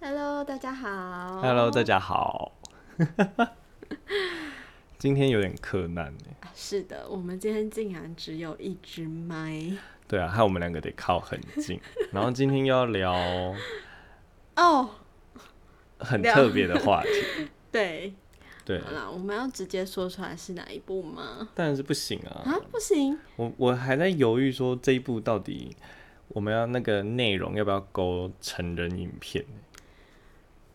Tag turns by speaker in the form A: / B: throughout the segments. A: Hello，大家好。
B: Hello，大家好。 今天有点欸困难呢。
A: 啊是的，我们今天竟然只有一支麦。
B: 对啊，害我们两个得靠很 近。然后今天又要聊
A: 哦、
B: 很
A: 聊
B: 特别的话题，
A: 对，
B: 对，
A: 好啦，我们要直接说出来是哪一部吗？
B: 当然是不行
A: 啊
B: 啊。，
A: 不行，
B: 我我还在犹豫说这一部到底我们要那个内容要不要勾成人影片，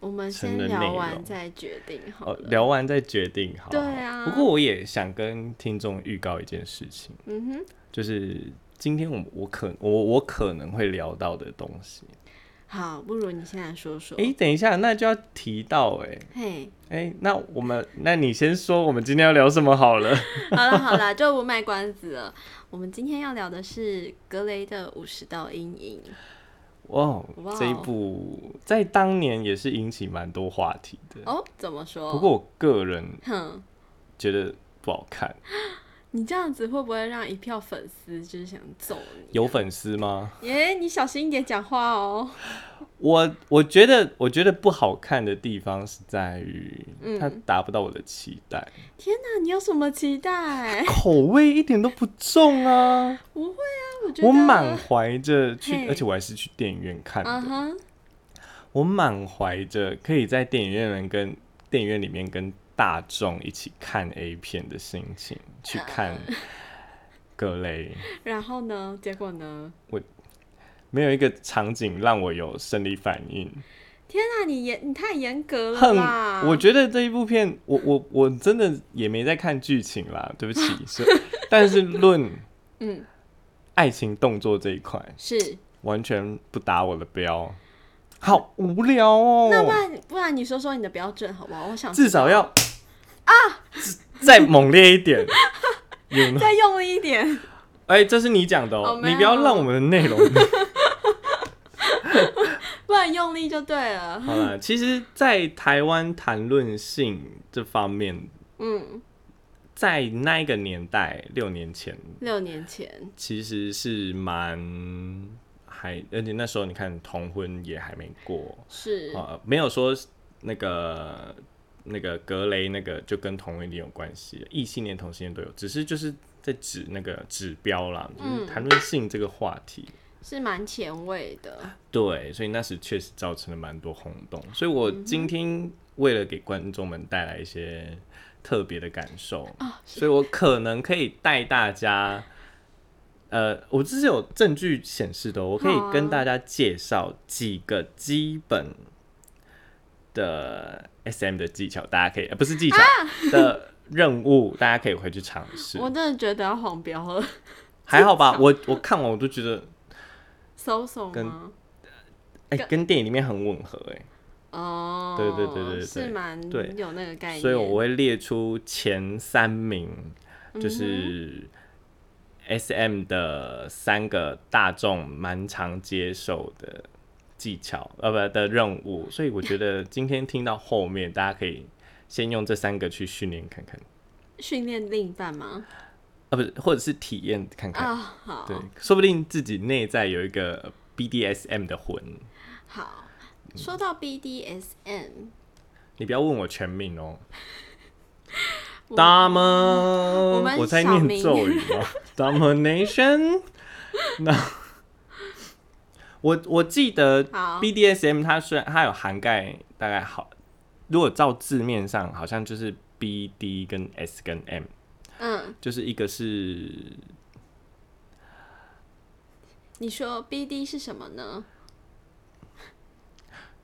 A: 我们先
B: 成人
A: 聊
B: 内
A: 完
B: 容
A: 再决定好
B: 哦，
A: 了。
B: 聊完再决定好。
A: 对
B: 好
A: 啊
B: 不过我也想跟听众预告一件事情，
A: 嗯哼，
B: 就是今天我我可我我可能会聊到的东西。
A: 好，不如你现在说说。
B: 诶，等一下，那就要提到哎、
A: 嘿，
B: 哎、那我们，那你先说，我们今天要聊什么好了？
A: 好了好了，就不卖关子了。我们今天要聊的是格雷的五十道阴 影。
B: 哇
A: 哇哦，
B: 这一部在当年也是引起蛮多话题的。
A: 哦，怎么说？
B: 不过，我个人
A: 哼，
B: 觉得不好看。
A: 你这样子会不会让一票粉丝就是想揍你？
B: 有粉丝吗？
A: 耶你小心一点讲话哦。
B: 我我觉得，我觉得不好看的地方是在于
A: 嗯
B: 它达不到我的期待，
A: 天哪，你有什么期待？
B: 口味一点都不重 啊！
A: 不会啊，我觉得
B: 我满怀着去，
A: 嘿
B: 而且我还是去电影院看的。
A: 嗯哼，
B: 我满怀着可以在电影院能跟电影院里面跟大众一起看 A 片的心情去看格雷，
A: 然后呢？结果呢？
B: 没有一个场景让我有生理反应，
A: 天哪，你严，你太严格了
B: 很
A: 啦！，
B: 我觉得这一部片，我我我真的也没在看剧情啦，对不起，是，但是论
A: 嗯
B: 爱情动作这一块，
A: 是。
B: 完全不打我的标，好无聊哦。
A: 那不然不然你说说你的标准好不好？我想
B: 至少要啊，再猛烈一点。有 o
A: 再用力一点。
B: 哎、这是你讲的
A: 哦
B: 哦，
A: 没有
B: 你不要让我们的内容。
A: 不然用力就对了。
B: 好了，其实，在台湾谈论性这方面，
A: 嗯，
B: 在那一个年代，六年前，
A: 六年前，
B: 其实是蛮还，而且那时候你看同婚也还没过，
A: 是，
B: 啊，没有说那个那个格雷那个就跟同性恋有关系，异性恋、同性恋都有，只是就是在指那个指标啦，就是
A: 嗯
B: 谈论性这个话题。
A: 是蛮前卫的。
B: 对，所以那时确实造成了蛮多轰动。所以我
A: 嗯
B: 今天为了给观众们带来一些特别的感受，
A: 啊
B: 所以我可能可以带大家。呃，我这是有证据显示的哦，我可
A: 好啊
B: 以跟大家介绍几个基本的 SM 的技巧，大家可以、呃、不是技巧、的任务，大家可以回去尝试。
A: 啊我真的觉得要黄标了，
B: 还好吧，我我看完我都觉得，
A: 搜索
B: 跟
A: 吗？
B: 哎、
A: 跟
B: 跟电影里面很吻合、哎。
A: 哦，
B: 对对对对对
A: 是蛮
B: 对
A: 有那个概念。嗯
B: 所以我会列出前三名，就是。S M 的三个大众蛮常接受的技巧，呃，不的任务，所以我 觉得今天听到后面，大家可以先用这三个去训练看看，
A: 训练另一半吗？
B: 啊，不是，或者是体验看看，
A: 啊，好，
B: 对，说不定自己内在有一个 B D S M 的魂。
A: 好。说到 BDSM，
B: 你不要问我全名哦
A: 我我们
B: ，Domin，我在
A: 小
B: 念
A: 明
B: 咒语吗 ？Domination。那我我记得
A: 好
B: BDSM 它虽然它有涵盖大概好，如果照字面上好像就是 BD 跟 S 跟 M，
A: 嗯，
B: 就是一个是
A: 你说 BD 是什么呢？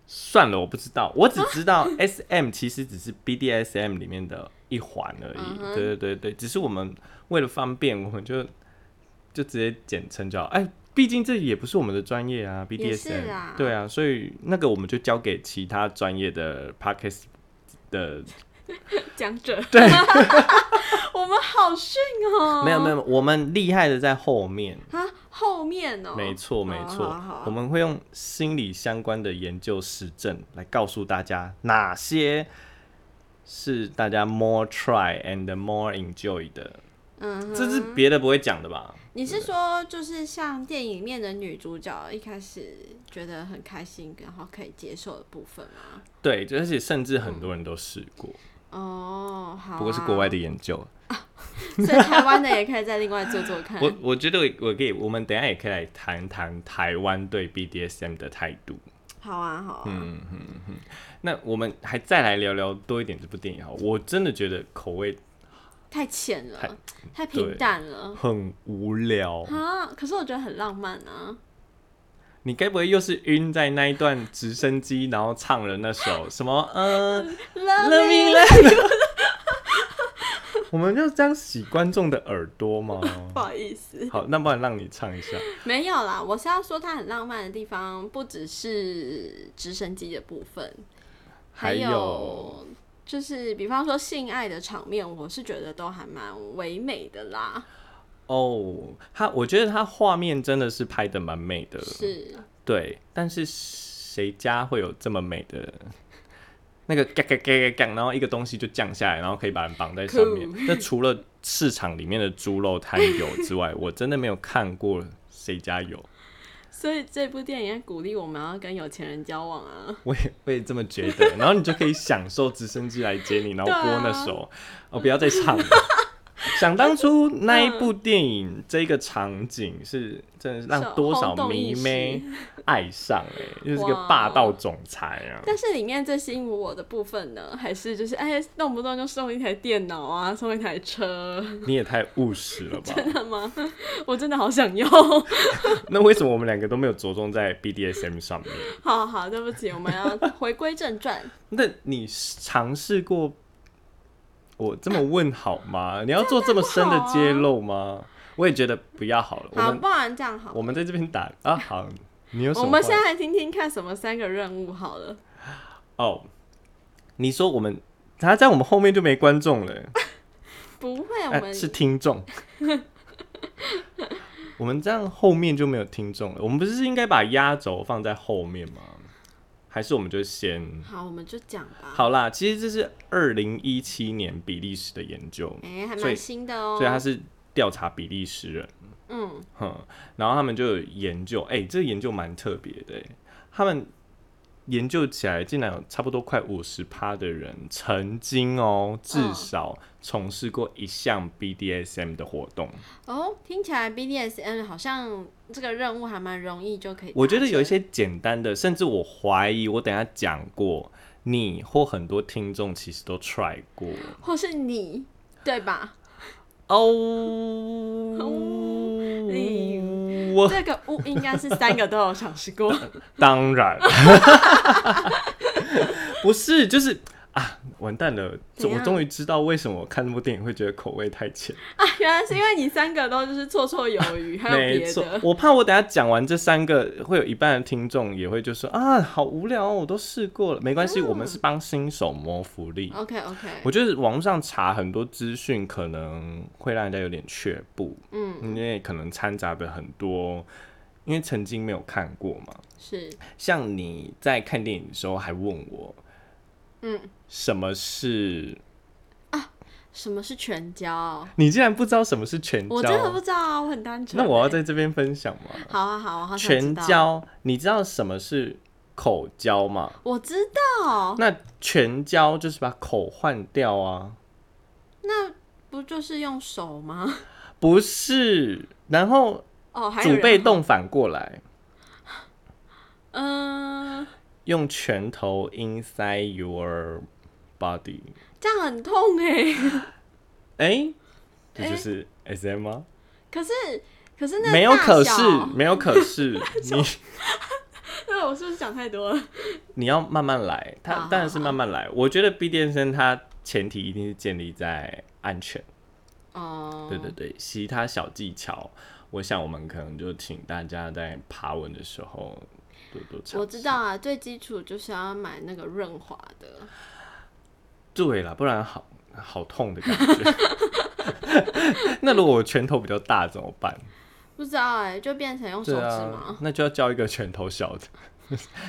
B: 算了，我不知道，我只知道 S M 其实只是 B D S M 里面的一环而
A: 嗯
B: 已。
A: 哼
B: 对对对对，只是我们为了方便，我们就就直接简称就好。哎，毕竟这也不是我们的专业啊，B D
A: 也
B: S
A: 是
B: M。
A: 啦
B: 对啊，所以那个我们就交给其他专业的 p o d c a s t 的。
A: 讲者，
B: 对，
A: 我们好逊哦。
B: 没有没有，我们厉害的在后面。
A: 啊，后面哦，
B: 没错没
A: 好
B: 错
A: 啊好啊，
B: 我们会用心理相关的研究实证来告诉大家哪些是大家 more try and more enjoy 的，
A: 嗯哼，
B: 这是别的不会讲的吧？
A: 你是说，就是像电影里面的女主角一开始觉得很开心，然后可以接受的部分吗？
B: 对，就而且甚至很多人都试过，
A: 哦，好、啊，
B: 不过是国外的，研究。
A: 所以台湾的也可以再另外做做看。
B: 我我觉得我可以，我们等一下也可以来谈谈台湾对 BDSM 的态度。
A: 好啊，好啊，
B: 嗯那我们还再来聊聊多一点这部电影哈，我真的觉得口味
A: 太浅了，
B: 太
A: 太平淡了
B: 很 无聊。
A: 啊！可是我觉得很浪漫啊。
B: 你该不会又是晕在那一段直升机，然后唱了那首什么呃
A: Love me,
B: Love Me？我们就这样洗观众的耳朵吗？
A: 不好意思，
B: 好，那不然让你唱一下。
A: 没有啦，我是要说它很浪漫的地方，不只是直升机的部分，
B: 还有
A: 有就是比方说性爱的场面，我是觉得都还蛮唯美的啦。
B: 哦，他我觉得他画面真的是拍的蛮美的，
A: 是，
B: 对。但是谁家会有这么美的？那个嘎嘎嘎嘎嘎，然后一个东西就降下来，然后可以把人绑在上面。那除了市场里面的猪肉摊有之外，我真的没有看过谁家有。
A: 所以这部电影也鼓励我们要跟有钱人交往啊。
B: 我也我也这么觉得。然后你就可以享受直升机来接你，然后播那首、哦，不要再唱了。想当初那一部电影，这个场景是真的是让多少迷妹爱上哎、就是个
A: 哇
B: 霸道总裁啊。
A: 但是里面最吸引我的部分呢，还是就是哎，动不动就送一台电脑啊，送一台车，
B: 你也太务实了吧？
A: 那吗？ 我真的好想要。
B: 那为什么我们两个都没有着重在 BDSM 上面？
A: 好好，对不起，我们要回归正传。
B: 那你尝试过我这么问好吗？你要做这么深的揭露吗？我也觉得不要好了。 我
A: 好，
B: 们
A: 不然这样好了
B: 我们在这边打啊，好，你有什
A: 我
B: 么话？
A: 们现在来听听看什么三个任务好了。
B: 哦，你说我们他在我们后面就没观众了，
A: 不会，我
B: 哎
A: 们、
B: 是听众。 我们这样后面就没有听众了。我们不是应该把压轴放在后面吗？还是我们就先
A: 好，我们就讲吧。
B: 好啦？其实这是二零一七年比利时的研究，
A: 哎、还
B: 所以
A: 蛮新的哦。
B: 所以他是调查比利时人。
A: 嗯，
B: 哼，然后他们就有研究，哎、这个研究蛮特别的、欸，他们研究起来竟然有差不多快五十趴的人曾经哦，至少从事过一项 BDSM 的活动。
A: 哦，听起来 BDSN 好像这个任务还蛮容易就可以。
B: 我觉得有一，些简单的，甚至我怀疑，我等一下讲过，你或很多听众其实都 try 过
A: 或是你，对吧？
B: 哦。
A: 你
B: 我
A: 这个物应该是三个都有尝试 过。啊
B: 当然， 不是，就是啊，完蛋了！
A: 怎
B: 我
A: 样
B: 终于知道为什么我看这部电影会觉得口味太浅。
A: 啊，原来是因为你三个都就是绰绰有余，还有
B: 没
A: 别
B: 错
A: 的，。
B: 我怕我等下讲完这三个，会有一半的听众也会就说啊，好无聊、哦，我都试过了。没关
A: 哦
B: 系，我们是帮新手谋福利。
A: OK OK，
B: 我觉得网上查很多资讯可能会让人家有点却步，
A: 嗯，
B: 因为可能掺杂的很多，因为曾经没有看过嘛。
A: 是
B: 像你在看电影的时候还问我，
A: 嗯，
B: 什么是？
A: 什么是全交？
B: 你竟然不知道什么是全
A: 我真的不
B: 交？
A: 知道啊，我很单纯欸。
B: 那我要在这边分享吗？
A: 好啊好啊，我好想知
B: 全
A: 道。
B: 交，你知道什么是口交吗？
A: 我知道，
B: 那全交就是把口换掉啊，
A: 那不就是用手吗？
B: 不是？然后
A: 哦，还有
B: 主
A: 人
B: 被，动反过来，
A: 嗯、
B: 用拳头 inside your body，
A: 这样很痛哎、
B: 哎、这就是 SM 吗？
A: 可是可是那
B: 没有
A: 大
B: 可
A: 小
B: 是， 没有可是，你
A: 对，我是不是想太多了？
B: 你要慢慢来，
A: 好
B: 它
A: 好
B: 当然是慢慢来。我觉得 B 电生它前提一定是建立在安全，
A: 哦、
B: 对对对，其他小技巧，我想我们可能就请大家在爬文的时候多多尝试。
A: 我知道啊，最基础就是要买那个润滑的，
B: 对啦，不然好好痛的感觉。 那如果我拳头比较大怎么办？
A: 不知道哎、就变成用手
B: 对
A: 指
B: 啊
A: 吗？，
B: 那就要叫一个拳头小的。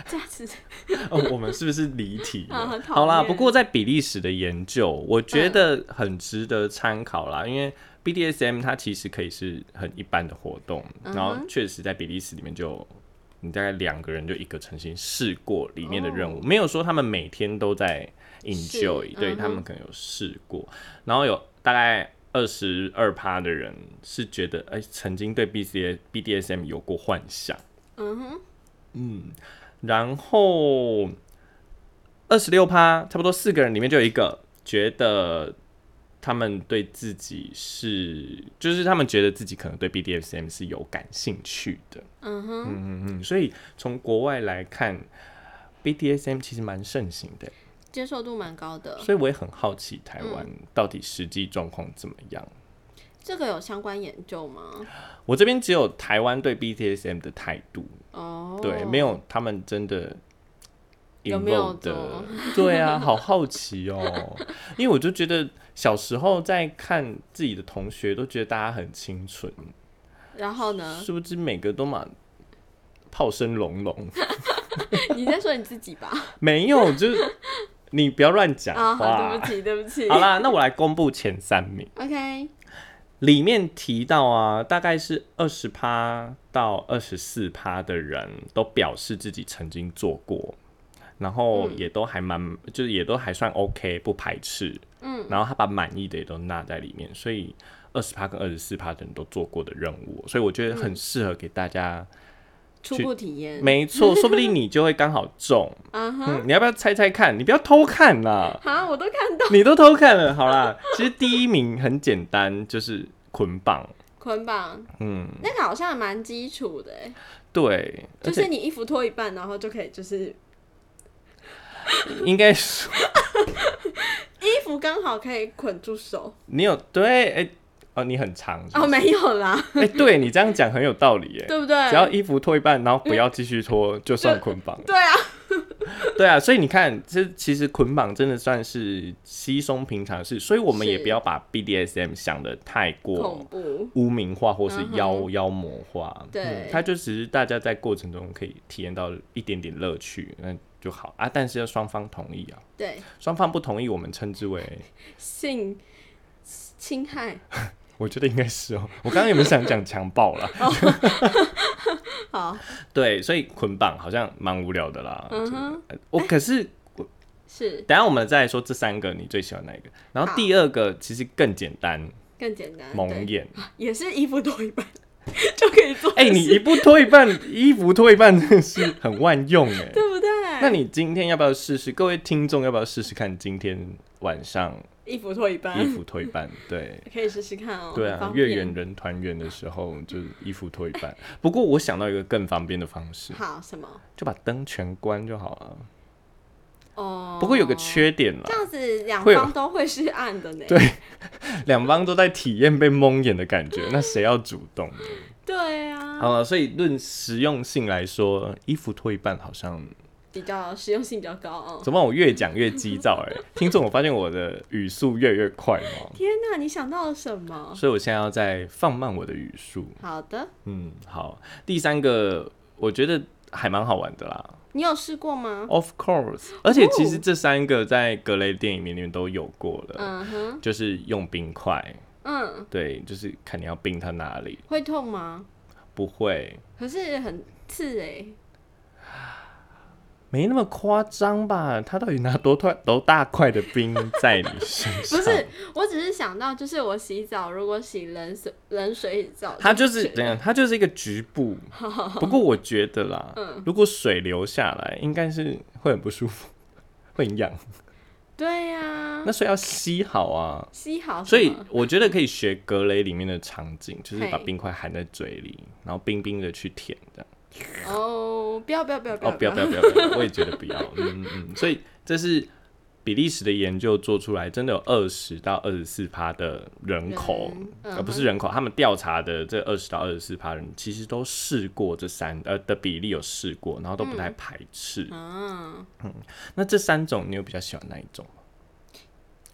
A: 这样子
B: 哦，我们是不是离题
A: 啊
B: 了？
A: 很讨
B: 好啦，
A: 厌嗯
B: 不过在比利时的研究，我觉得很值得参考啦，因为 BDSM 它其实可以是很一般的活动，
A: 嗯哼
B: 然后确实在比利时里面就你大概两个人就一个曾经试过里面的任
A: 哦
B: 务，没有说他们每天都在 enjoy，、对
A: 嗯哼
B: 他们可能有试过，然后有大概二十二趴的人是觉得哎、曾经对 BC BDSM 有过幻想。
A: 嗯哼，
B: 然后二十六趴，差不多四个人里面就有一个觉得他们对自己是，就是他们觉得自己可能对 BDSM 是有感兴趣的。
A: 嗯哼，
B: 嗯嗯嗯，所以从国外来看，BDSM 其实蛮盛行的，
A: 接受度蛮高的。
B: 所以我也很好奇台湾到底实际状况怎么样。
A: 这个有相关研究吗？
B: 我这边只有台湾对 BDSM 的态度，
A: 哦，
B: 对，没有他们真的
A: 有没有
B: involved
A: 做
B: 的？ 对啊，好好奇哦，因为我就觉得小时候在看自己的同学，都觉得大家很清纯，
A: 然后呢？
B: 殊不知每个都嘛炮声隆隆，
A: 你在说你自己吧？
B: 没有，就是你不要乱讲
A: 啊，好，对
B: 话
A: 不。起，对不起。
B: 好啦，那我来公布前三名，
A: OK，
B: 里面提到啊，大概是二十趴到二十四趴的人都表示自己曾经做过，然后
A: 嗯
B: 也都还蛮，就是也都还算 OK，不排斥。嗯，然后他把满意的也都纳在里面，所以二十趴跟二十四趴的人都做过的任务，所以我觉得
A: 嗯
B: 很适合给大家。
A: 初步体验。
B: 没错，说不定你就会刚好 中。
A: 嗯哼，
B: 嗯，你要不要猜猜看？你不要偷看啦、
A: 好，我都看到
B: 你都偷看了，好啦。其实第一名很简单，就是捆绑。
A: 捆绑，
B: 嗯，
A: 那个好像蛮基础的欸，
B: 对，而
A: 就
B: 且
A: 是你衣服脱一半，然后就可以，就是
B: 应该是
A: 衣服刚好可以捆住手。
B: 你有对哎、哦，你很长是不是
A: 哦，没有啦，
B: 哎、对你这样讲很有道理哎，
A: 对不对？
B: 只要衣服脱一半，然后不要继续脱，就算捆绑。
A: 对啊，
B: 对啊，所以你看，这其实捆绑真的算是稀松平常的事，所以我们
A: 是
B: 也不要把 BDSM 想的太
A: 恐
B: 过
A: 怖，
B: 污名化或是
A: 嗯哼
B: 妖、妖魔化。
A: 对
B: 嗯它就只是大家在过程中可以体验到一点点乐趣，那就好啊。但是要双方同意啊，
A: 对
B: 双方不同意，我们称之为
A: 性侵害。
B: 我觉得应该是哦。我刚刚有没有想讲强暴啦？
A: 好，
B: 对，所以捆绑好像蛮无聊的啦。
A: 嗯哼，
B: 我可是
A: 是
B: 等一下我们再来说这三个你最喜欢哪一个。然后第二个其实更简单，
A: 更简单，
B: 蒙
A: 对，
B: 眼。
A: 也是衣服脱一半 就可以做的
B: 哎、
A: 事。
B: 你一步脱一半，衣服脱一半，真的是很万用哎、
A: 对不对？
B: 那你今天要不要试试？各位听众要不要试试看？今天晚上
A: 衣服脱一半
B: 衣服脱一半，对。
A: 可以试试看嗯哦。
B: 对
A: 很
B: 啊
A: 方，便
B: 月圆人团圆的时候，就是衣服脱一半。不过我想到一个更方便的方式，
A: 好什么？
B: 就把灯全关就好了。
A: 哦，
B: 不过有个缺点啦
A: 这，样子两
B: 会有
A: 方都会是暗的呢。
B: 对两方都在体验被蒙眼的感觉，那谁要主动？
A: 对啊，
B: 好了，所以论实用性来说，衣服脱一半好像，
A: 比较实用性比较高哦。
B: 怎么我越讲越急躁哎、听众，我发现我的语速越来越快嘛，
A: 天哪，你想到了什么？
B: 所以我现在要再放慢我的语速。
A: 好的，
B: 嗯，好，第三个我觉得还蛮好玩的啦
A: 你有试过吗？
B: ，Of course，而且其实这三个在格雷电影里面都有过了，
A: 嗯哼，
B: 就是用冰块，
A: 嗯，
B: 对，就是看你要冰它哪里，
A: 会痛吗？
B: 不会，
A: 可是很刺哎、
B: 没那么夸张吧？它到底拿多块多大块的冰在你身
A: 不
B: 上？
A: 是，我只是想到，就是我洗澡如果洗冷水冷水澡，
B: 它就是
A: 觉得
B: 怎样？它就是一个局 部。不过我觉得啦，
A: 嗯
B: 如果水流下来，应该是会很不舒服， 会很痒。
A: 对呀、
B: 那所以要吸好啊。
A: 吸好什
B: 所
A: 么，
B: 以我觉得可以学格雷里面的场景，就是把
A: 嘿
B: 冰块含在嘴里，然后冰冰的去舔，这样。
A: 哦，不要不要不要
B: 哦，不要不要不要，不要我也觉得不要。嗯嗯嗯。所以这是比利时的研究做出来，真的有二十到二十四趴的人口，呃
A: 人
B: 而不是人口，他们调查的这二十到二十四趴人，其实都试过这三呃的比例有试过，然后都不太排斥。
A: 嗯，
B: 那这三种你有比较喜欢哪一种吗？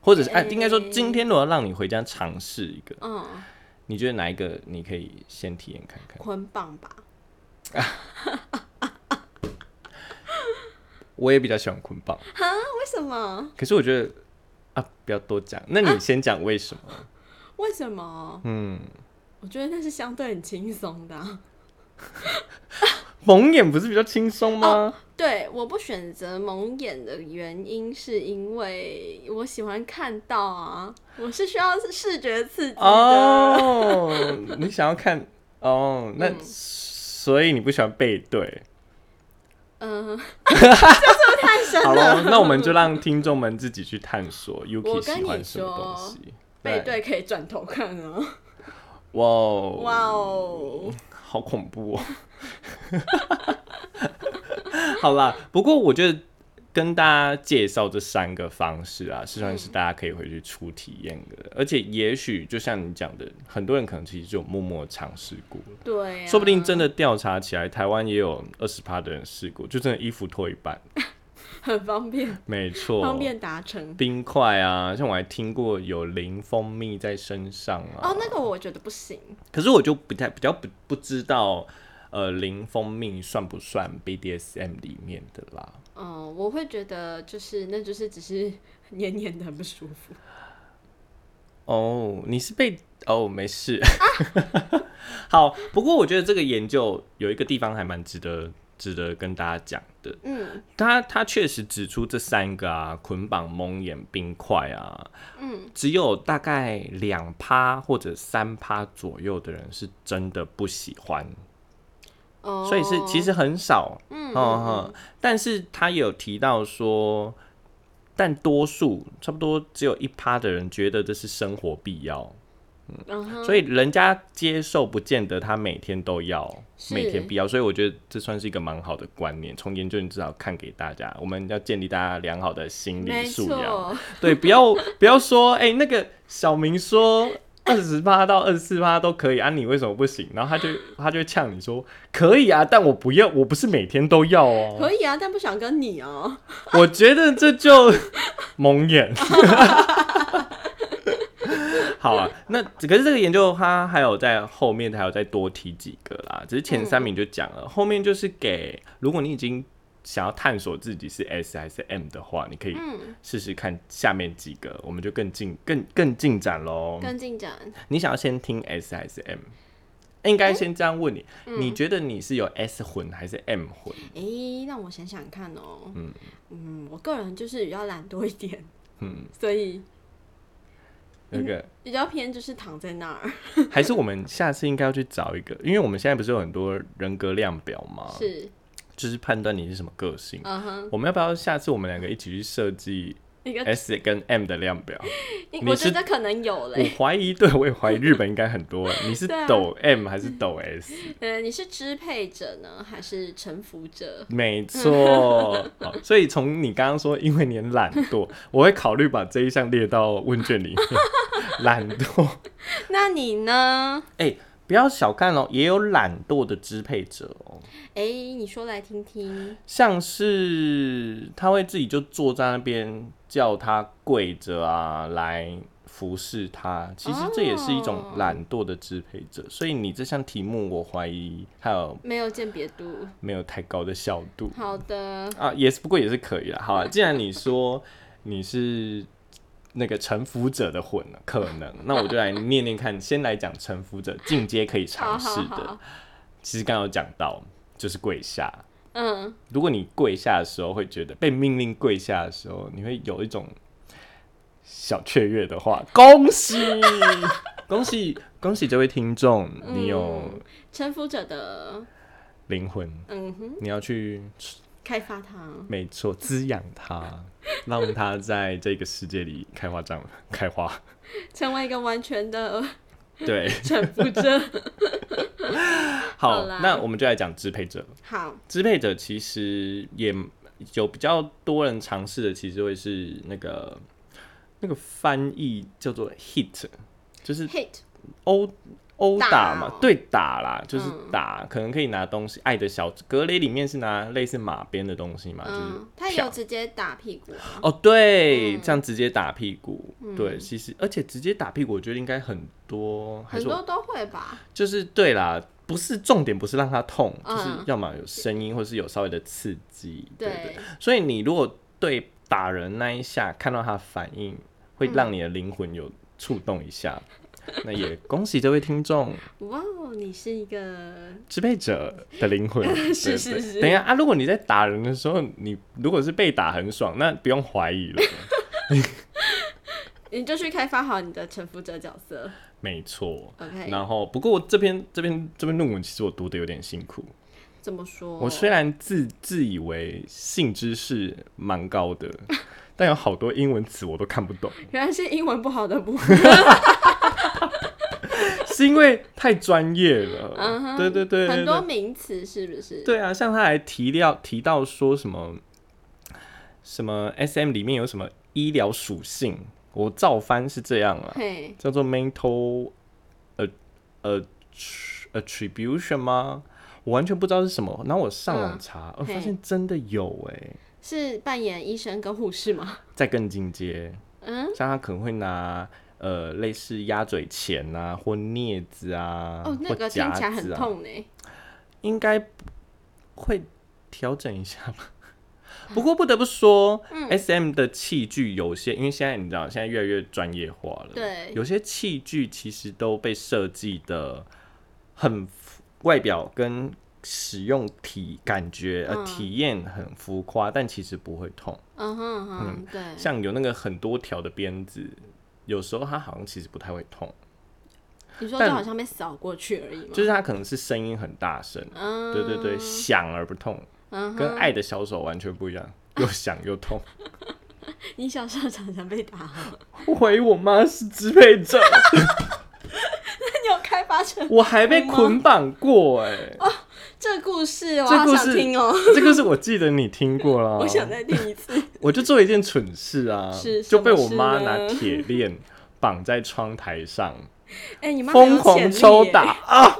B: 或者是哎、
A: 诶
B: 应该说今天如果让你回家尝试一个，
A: 嗯，
B: 你觉得哪一个你可以先体验看看？
A: 捆绑吧，
B: 我也比较喜欢捆绑，
A: 为什么？
B: 可是我觉得啊，不要多讲。那你先讲为什么？
A: 为什么？
B: 嗯，
A: 我觉得那是相对很轻松的啊、
B: 蒙眼不是比较轻松吗？
A: 对，我不选择蒙眼的原因是因为我喜欢看到啊，我是需要视觉刺激的。
B: 哦，你想要看哦，那、
A: 嗯
B: 所以你不喜欢背对。
A: 嗯，这太深
B: 好
A: 了。
B: 了，那我们就让听众们自己去探索 Yuki
A: 我跟
B: 喜欢
A: 你
B: 什么东
A: 说
B: 西。
A: 背，对可以转头看啊！
B: 哇哦
A: 哇哦，
B: 好恐怖哦！哦 好啦，不过我觉得跟大家介绍这三个方式啊，是算是
A: 嗯
B: 大家可以回去初体验的，而且也许就像你讲的，很多人可能其实就有默默尝试过了，
A: 对、啊，
B: 说不定真的调查起来，台湾也有二十趴的人试过，就真的衣服脱一半，
A: 很方便，
B: 没错，
A: 方便达成。
B: 冰块啊，像我还听过有淋蜂蜜在身上啊，
A: 哦，那个我觉得不行，
B: 可是我就不太比较不不知道，呃，零蜂蜜算不算 BDSM 里面的啦？
A: 嗯，我会觉得就是那就是只是黏黏的很不舒服。
B: 哦、你是被哦，没事。
A: 啊
B: 好，不过我觉得这个研究有一个地方还蛮值得值得跟大家讲的。
A: 嗯
B: 他他确实指出这三个啊，捆绑、蒙眼、冰块啊，
A: 嗯，
B: 只有大概两趴或者三趴左右的人是真的不喜欢
A: 哦，
B: 所以是其实很少，
A: 嗯
B: 嗯嗯，但是他也有提到说，但多数差不多只有一趴的人觉得这是生活必要，
A: 嗯哼，
B: 所以人家接受不见得他每天都要，
A: 是
B: 每天必要，所以我觉得这算是一个蛮好的观念，从研究至少看给大家，我们要建立大家良好的心理
A: 没
B: 素养，
A: 错，
B: 对，不要不要说，哎、那个小明说二十八到二十四八都可以啊，你为什么不行？然后他就他就呛你说可以啊，但我不要，我不是每天都要哦。
A: 可以啊，但不想跟你哦。
B: 我觉得这就蒙眼。好啊，那可是这个研究它还有在后面还有再多提几个啦，只是前三名就讲了，后面就是给如果你已经想要探索自己是 S 还是 M 的话，你可以
A: 嗯，
B: 试试看下面几个，我们就更进更更进展喽。
A: 跟进展，
B: 你想要先听 S 还是 M？应该先这样问你，你觉得你是有 S 魂还是 M 魂？
A: 诶，让我想想看哦。
B: 嗯
A: 嗯，我个人就是比较懒惰一点，
B: 嗯，
A: 所以
B: 那个
A: 比较偏就是躺在那儿。
B: 还是我们下次应该要去找一个，因为我们现在不是有很多人格量表吗？
A: 是，
B: 就是判断你是什么个性。
A: 嗯哼，
B: 我们要不要下次我们两个一起去设计
A: 一个，
B: S 跟 M 的量表？
A: 你
B: 你
A: 我觉
B: 是
A: 得可能有嘞。
B: 我怀疑，对我也怀疑，日本应该很 多人。你是
A: 对啊
B: 抖 M 还是抖 S？
A: 呃，你是支配者呢，还是臣服者？
B: 没错，好所以从你刚刚说，因为你很懒惰， 我会考虑把这一项列到问卷里面。懒惰，
A: 那你呢？
B: 哎、不要小看哦，也有懒惰的支配者哦，
A: 哎，你说来听听。
B: 像是他会自己就坐在那边叫他跪着啊来服侍他，其实这也是一种
A: 哦
B: 懒惰的支配者。所以你这项题目，我怀疑还有
A: 没有鉴别度。
B: 没有太高的效度。
A: 好的，
B: 啊，也是，不过也是可以啦。好啊，既然你说你是那个臣服者的魂了，可能，那我就来念念看。先来讲臣服者，进阶可以
A: 好
B: 尝试
A: 好
B: 的
A: 好，，
B: 其实刚刚有讲到，就是跪下。
A: 嗯，
B: 如果你跪下的时候会觉得被命令跪下的时候，你会有一种小雀跃的话，恭喜， 恭喜，恭喜这位听众，你有
A: 嗯臣服者的，
B: 灵魂，
A: 嗯哼，
B: 你要去
A: 开发它。
B: 没错，滋养 它，让它在这个世界里开花绽放开花。
A: 成为一个完全的
B: 对，
A: 臣服者。
B: 好，
A: 好啦
B: 那我们就来讲支配者。
A: 好，
B: 支配者其实也有比较多人尝试的，其实会是那个那个翻译叫做 hit，就是
A: 是 hit，
B: 殴殴打
A: 打
B: 嘛，
A: 哦
B: 对打啦，就是
A: 嗯
B: 打，可能可以拿东西。爱的小格雷里面是拿类似马鞭的东西嘛，啊就是
A: 嗯，他
B: 跳
A: 有嗯直接打屁股啊。
B: 哦，对，这样直接打屁股，
A: 嗯
B: 对，其实而且直接打屁股，我觉得应该很多，还
A: 很
B: 是我
A: 多都会吧，
B: 就是对啦，不是重点，不是让它痛，
A: 嗯
B: 就是要么有声音，或是有稍微的刺激，对对。
A: 对，
B: 所以你如果对
A: 嗯
B: 打人那一下看到他的反应，会让你的灵魂有触动一下，那也恭喜这位听众
A: 哇哦，你是一个
B: 支配者的灵魂。
A: 是
B: 对
A: 是
B: 对
A: 是
B: 等一下啊，如果你在打人的时候，你如果是被打很爽，那不用怀 疑了。
A: 你就去开发好你的臣服者角色。
B: 没错。
A: OK，
B: 然后，不过我这篇这篇这篇论文其实我读的有点辛苦。
A: 怎么说？
B: 我虽然自自以为性知识蛮高 的，但有好多英文词我都看不懂，
A: 原来是英文不好的部分。
B: 是因为太专业了。
A: 嗯哼
B: 对对 对，
A: 很
B: 对
A: 多名词是不是？
B: 对啊，像他还提到提到说什么什么 S M 里面有什么医疗属性，我照翻是这样啊，
A: 嘿，
B: 叫做 mental a a attribution 吗？我完全不知道是什么，然后我上网
A: 嗯
B: 查，我、
A: 嘿
B: 发现真的有哎、
A: 是扮演医生跟护士吗？
B: 再更进阶，
A: 嗯，
B: 像他可能会拿呃类似鸭嘴钳啊，或镊子啊，
A: 哦，那
B: 或
A: 个听
B: 夹
A: 起来很
B: 子啊，
A: 痛呢。
B: 应该会调整一下 吧。不过不得不说、s
A: 嗯
B: M 的器具有些，因为现在你知道，现在越来越专业化了。
A: 对
B: 有些器具其实都被设计的很浮外表跟使用体感觉呃
A: 嗯
B: 体验很浮夸，但其实不会痛。
A: 嗯哼嗯哼，对。
B: 像有那个很多条的鞭子，有时候它好像其实不太会痛，
A: 你说
B: 但
A: 就好像被扫过去而已嘛。
B: 就是它可能是声音很大声，
A: 嗯，
B: 对对对，响而不痛，
A: 嗯
B: 跟
A: 哼，
B: 爱的小手完全不一样， 又响又痛。
A: 你小时候常常被打哦，
B: 我怀疑我妈是支配者，
A: 那你有开发成
B: 我还被捆绑过哎、
A: 这故事，我
B: 这
A: 好
B: 故
A: 想
B: 事哦
A: 听哦，
B: 这个是我记得你听过啦。
A: 我想再听一 次。
B: 我就做一件蠢事啊，
A: 是
B: 就被我
A: 什么事
B: 妈
A: 呢
B: 拿铁链绑在窗台上，
A: 哎，你妈妈有
B: 疯狂
A: 潜力
B: 抽
A: 耶
B: 打，啊！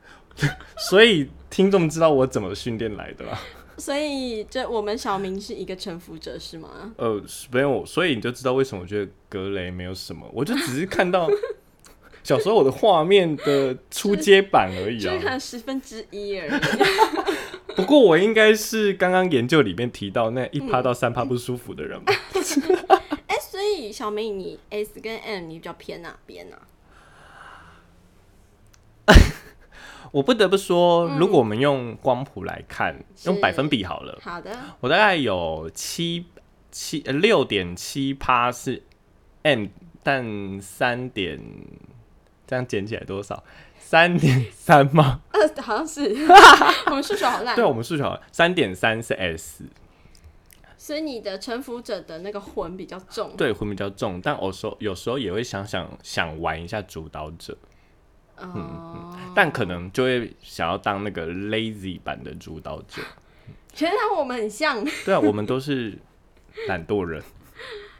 B: 所以听众知道我怎么训练来的啦。
A: 所以这我们小明是一个臣服者是吗？
B: 呃，没有，所以你就知道为什么我觉得格雷没有什么，我就只是看到小时候我的画面的出街版而 已
A: 就是可
B: 啊。
A: 能十分之一 而已。
B: 不过我应该是刚刚研究里面提到那一趴到三趴不舒服的人吧。
A: 哎、所以小明，你 S 跟 M 你比较偏哪边呢、啊？
B: 我不得不说，如果我们用光谱来看，用
A: 是
B: 百分比好了，
A: 好的，
B: 我大概有七七呃六点七趴是 M，但三点这样减起来多少？三点三吗？
A: 呃，好像 是我们数学好烂
B: 对，，我们数学三点三是 S，
A: 所以你的臣服者的那个魂比较重。
B: 对魂比较重，但有时候有时候也会想想想玩一下主导者，
A: 哦、
B: 但可能就会想要当那个 lazy 版的主导者。
A: 原来我们很像，
B: 对啊，我们都是懒惰人，
A: 哎、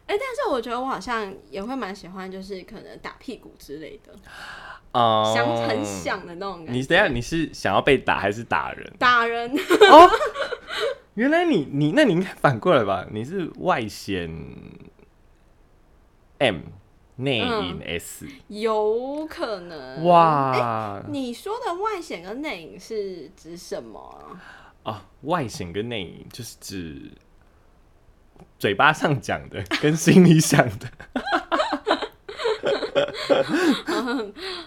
A: 但是我觉得我好像也会蛮喜欢，就是可能打屁股之类的，
B: 啊，
A: 想很。想的那种感
B: 你
A: 觉。
B: 等一下你是想要被打还是打人？
A: 打人，
B: 哦，原来你你那你应该反过来吧？你是外显 M 内隐 S，、
A: 有可能。
B: 哇！
A: 你说的外显跟内隐是指什么啊？
B: 哦，外显跟内隐就是指嘴巴上讲的跟心里想的，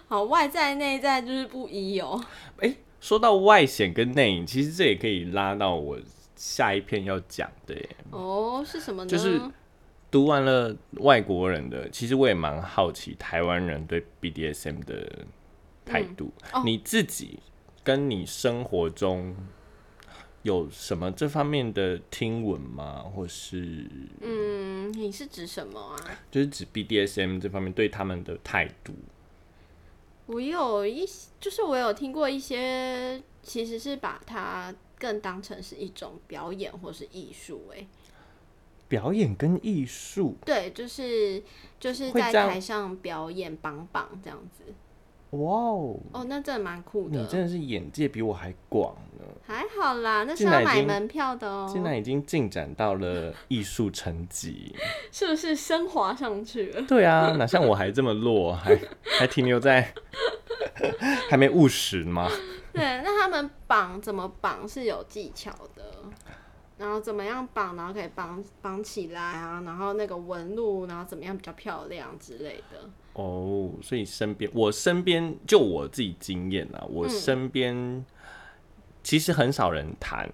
A: 好，外在内在就是不一哦。
B: 哎、说到外显跟内隐，其实这也可以拉到我下一篇要讲的耶。
A: 哦，是什么呢？
B: 就是读完了外国人的，其实我也蛮好奇台湾人对 BDSM 的态度。
A: 哦
B: 你自己跟你生活中有什么这方面的听闻吗？或是
A: 嗯，你是指什么啊？
B: 就是指 BDSM 这方面对他们的态度？
A: 我有一些，就是我有听过一些，其实是把它更当成是一种表演或是艺术、欸。
B: 表演跟艺术
A: 对，就是就是
B: 会
A: 在
B: 这样
A: 台上表演绑绑这样子。
B: 哇哦，
A: 哦，那真的蛮酷
B: 你真
A: 的。
B: 的是眼界比我还广呢，
A: 还好啦，那是
B: 进来
A: 要
B: 已
A: 买
B: 经
A: 门票的哦、
B: 竟然已经进展到了艺术层级。
A: 是不是升华上去了？
B: 对啊，哪像我还这么弱，还 还停留在 还没务实吗？
A: 对，那他们绑怎么绑是有技巧的。然后怎么样绑，然后可以绑绑起来啊，然后那个纹路，然后怎么样比较漂亮之类的。
B: 哦，所以身边我身边就我自己经验啦，我身边其实很少人谈，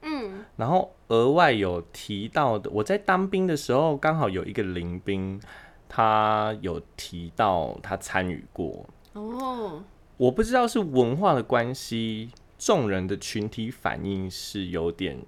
B: 嗯，然后额外有提到的，我在当兵的时候刚好有一个临兵，他有提到他参与过，
A: 哦，
B: 我不知道是文化的关系，众人的群体反应是有点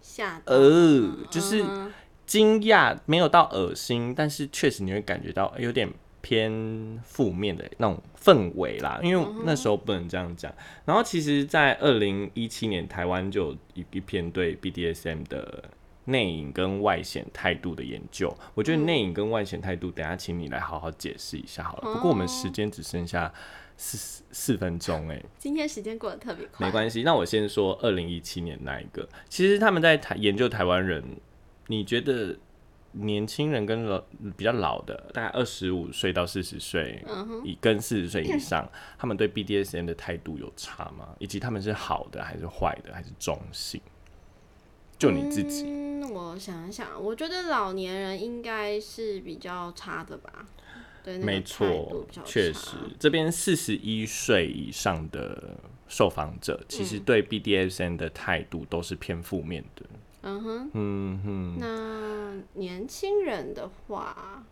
A: 吓到，
B: 呃，就是
A: 嗯
B: 惊讶，没有到恶心，但是确实你会感觉到有点偏负面的那种氛围啦。因为那时候不能这样讲。然后其实，在二零一七年，台湾就有一一篇对 BDSM 的内隐跟外显态度的研究。我觉得内隐跟外显态度，等一下请你来好好解释一下好了。不过我们时间只剩下四四分钟哎、
A: 今天时间过得特别快，
B: 没关系，那我先说二零一七年那一个。其实他们在台研究台湾人，你觉得年轻人跟老比较老的，大概二十五岁到四十岁，
A: 嗯
B: 以跟四十岁以上， 他们对 BDSM 的态度有差吗？以及他们是好的还是坏的，还是中性？就你自己，
A: 嗯，我想一想，我觉得老年人应该是比较差的吧。嗯对，那个
B: 没
A: 态度
B: 错
A: 比较，
B: 确
A: 差
B: 实，这边四十一岁以上的受访者，其实对 BDSM 的态度都是偏负面的。
A: 嗯哼，
B: 嗯哼。
A: 那年轻人的话，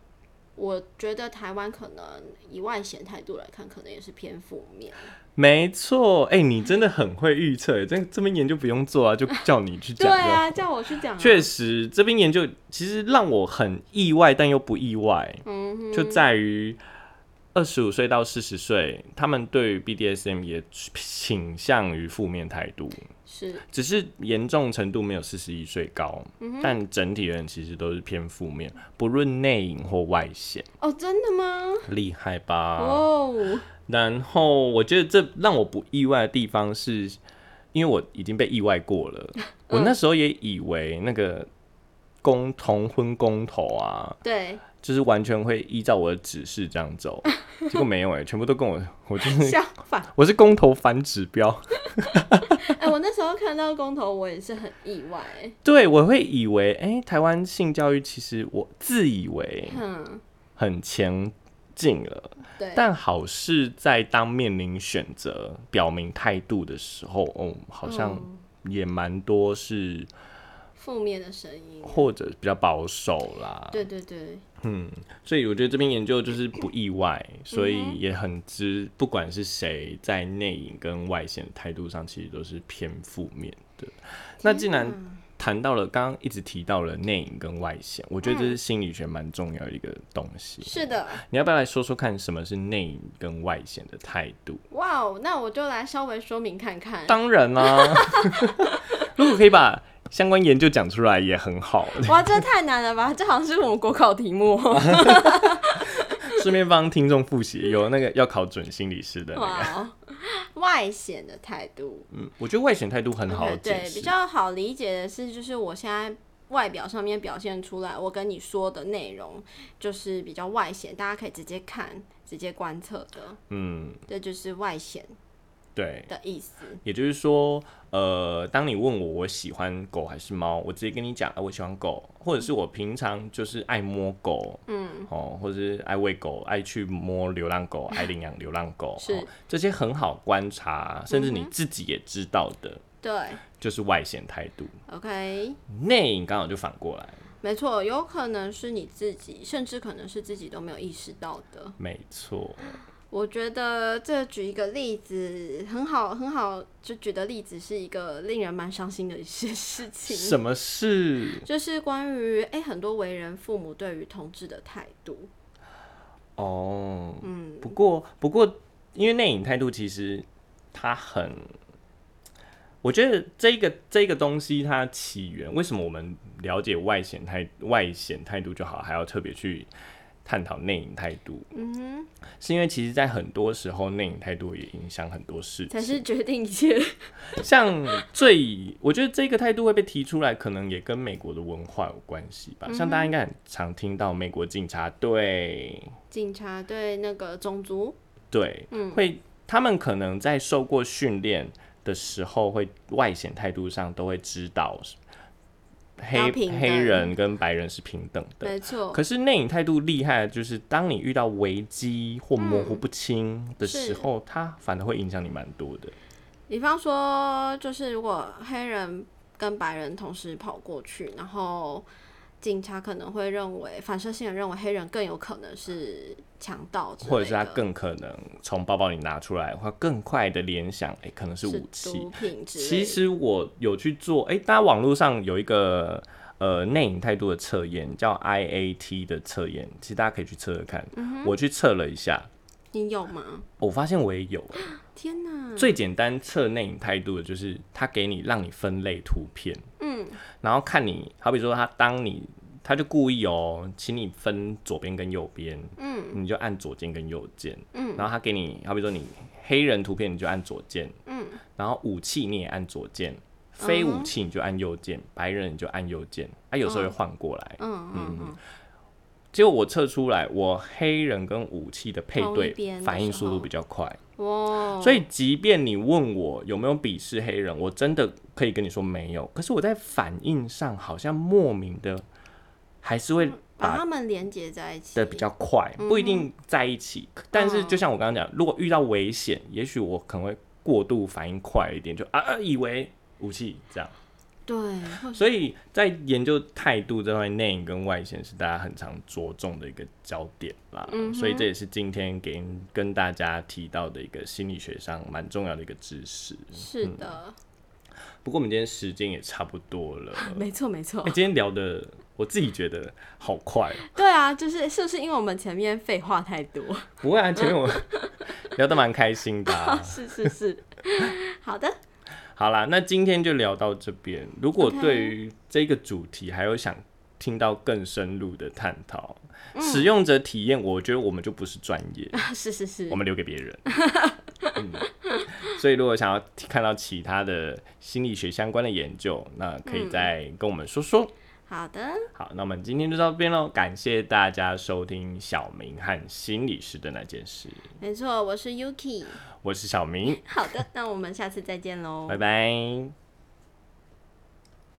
A: 我觉得台湾可能以外显态度来看，可能也是偏负面。
B: 没错，哎、你真的很会预测，这这边研究不用做啊，就叫你去
A: 对
B: 讲。就好。
A: 啊，叫我去讲、啊，
B: 确实，这边研究其实让我很意外，但又不意外，
A: 嗯
B: 就在于二十五岁到四十岁，他们对于 BDSM 也倾向于负面态度，
A: 是，
B: 只是严重程度没有四十一岁高，
A: 嗯
B: 但整体人其实都是偏负面，不论内隐或外显，
A: 哦，真的吗？
B: 厉害吧？
A: 哦，
B: 然后我觉得这让我不意外的地方是，因为我已经被意外 过了。我那时候也以为那个公同婚公投啊，
A: 对，
B: 就是完全会依照我的指示这样 走，结果没有哎、全部都跟我，我就是
A: 相反，
B: 我是公投反指标。
A: 哎、我那时候看到公投，我也是很意外、
B: 对，我会以为哎、台湾性教育其实我自以为
A: 嗯，
B: 很前进了，
A: 对，
B: 但好事在当面临选择、表明态度的时候，哦，好像
A: 嗯
B: 也蛮多是
A: 负面的声音，
B: 或者比较保守啦。
A: 对对对，
B: 嗯，所以我觉得这边研究就是不意外，所
A: 嗯
B: 以也很知，不管是谁在内隐跟外显的态度上，其实都是偏负面的。那既然
A: 天哪
B: 谈到了刚刚一直提到了内隐跟外显，我觉得这是心理学蛮重要的一个东西。
A: 嗯是的，
B: 你要不要来说说看什么是内隐跟外显的态度？
A: 哇哦，那我就来稍微说明看看。
B: 当然啦、 如果可以把相关研究讲出来也很好。
A: 哇，这太难了吧？这好像是我们国考题目。哦
B: 顺便帮听众复习，有那个要考准心理师的那个。
A: 哇 哦，外显的态度，
B: 嗯，我觉得外显态度很好
A: OK，
B: 解
A: 对，比
B: 释。
A: 较好理解的是，就是我现在外表上面表现出来，我跟你说的内容就是比较外显，大家可以直接看、直接观测的，
B: 嗯，
A: 这就是外显
B: 对，
A: 的意思。
B: 也就是说，呃，当你问我我喜欢狗还是猫，我直接跟你讲，啊我喜欢狗，或者是我平常就是爱摸狗，嗯，哦，或者是爱喂狗，爱去摸流 浪狗，爱领养流浪狗，
A: 是嗯
B: 哦这些很好观察，甚至你自己也知道的，
A: 对
B: 就是外显态度。
A: ，OK，
B: 内隐刚好就反过来，
A: 没错，有可能是你自己，甚至可能是自己都没有意识到的。
B: 没错。
A: 我觉得这举一个例子很好，很好，就举的例子是一个令人蛮伤心的一些事情，
B: 什么事？
A: 就是关于诶很多为人父母对于同志的态度，
B: 哦，
A: 嗯，
B: 不过不过，因为内隐态度其实它很，我觉得这个这个东西它起源，为什么我们了解外显态外显态度就好，还要特别去探讨内隐态度？嗯是因为其实在很多时候内隐态度也影响很多事
A: 才
B: 情，
A: 是决定一切。
B: 像最我觉得这个态度会被提出来，可能也跟美国的文化有关系吧。像
A: 嗯
B: 大家应该很常听到美国警察对
A: 警察对那个种族，
B: 对，会他们可能在受过训练的时候，会外显态度上都会知道黑
A: 要平等
B: 黑人跟白人是平等的。
A: 没错，
B: 可是内隐态度厉害，的就是当你遇到危机或模糊不清的时候，它反而会影响你蛮多的。
A: 比方说，就是如果黑人跟白人同时跑过去，然后警察可能会认为反射性的认为黑人更有可能是强盗之类的，
B: 或者是他更可能从包包里拿出来，或更快的联想，哎、可能是武
A: 是
B: 器
A: 毒。品之类的。
B: 其实我有去做，哎、大家网络上有一个呃内隐态度的测验，叫 IAT 的测验，其实大家可以去测测看。
A: 嗯
B: 我去测了一下，
A: 你有吗？
B: 我发现我也有、哎
A: 天哪！
B: 最简单测内隐态度的就是它给你让你分类图片，
A: 嗯，
B: 然后看你，好比说他当你，他就故意哦，请你分左边跟右边，
A: 嗯，
B: 你就按左键跟右键，嗯，然后他给你，好比说你黑人图片你就按左键，
A: 嗯，
B: 然后武器你也按左键，非武器你就按右键，白人你就按右键，啊，有时候会换过来，
A: 嗯嗯嗯，
B: 结果我测出来，我黑人跟武器的配
A: 同一
B: 对
A: 边的
B: 反应
A: 时
B: 速度
A: 候
B: 比较快，
A: 哇，
B: 所以即便你问我有没有鄙视黑人，我真的可以跟你说没有。可是我在反应上好像莫名的还是会
A: 把
B: 把
A: 他们连接在一起
B: 的比较快，不一定在一起。但是
A: 嗯
B: 就像我刚刚讲，如果遇到危险，也许我可能会过度反应快一点，就啊啊以为武器这样。
A: 对，或
B: 所以在研究态度这块，内隐跟外显是大家很常着重的一个焦点啦。
A: 嗯哼
B: 所以这也是今天给跟大家提到的一个心理学上蛮重要的一个知识。
A: 是的，
B: 不过我们今天时间也差不多了。
A: 没错没错
B: 哎、。今天聊的我自己觉得好快、哦，
A: 对啊，就是是不是因为我们前面废话太 多？
B: 不会啊，前面我 聊得蛮开心的啊、
A: 哦是是 是，好的，
B: 好啦，那今天就聊到这边。如果
A: OK
B: 对于这个主题还有想听到更深入的探讨，使用者体验，我觉得我们就不是专业，
A: 啊是是是
B: 我，们留给别人。嗯，所以如果想要看到其他的心理学相关的研究，那可以再跟我们说说。
A: 好的，
B: 好，那我们今天就到这边喽，感谢大家收听小明和心理师的那件事，
A: 没错，我是 Yuki。
B: 我是小明，
A: 好的，那我们下次再见喽，
B: 拜拜。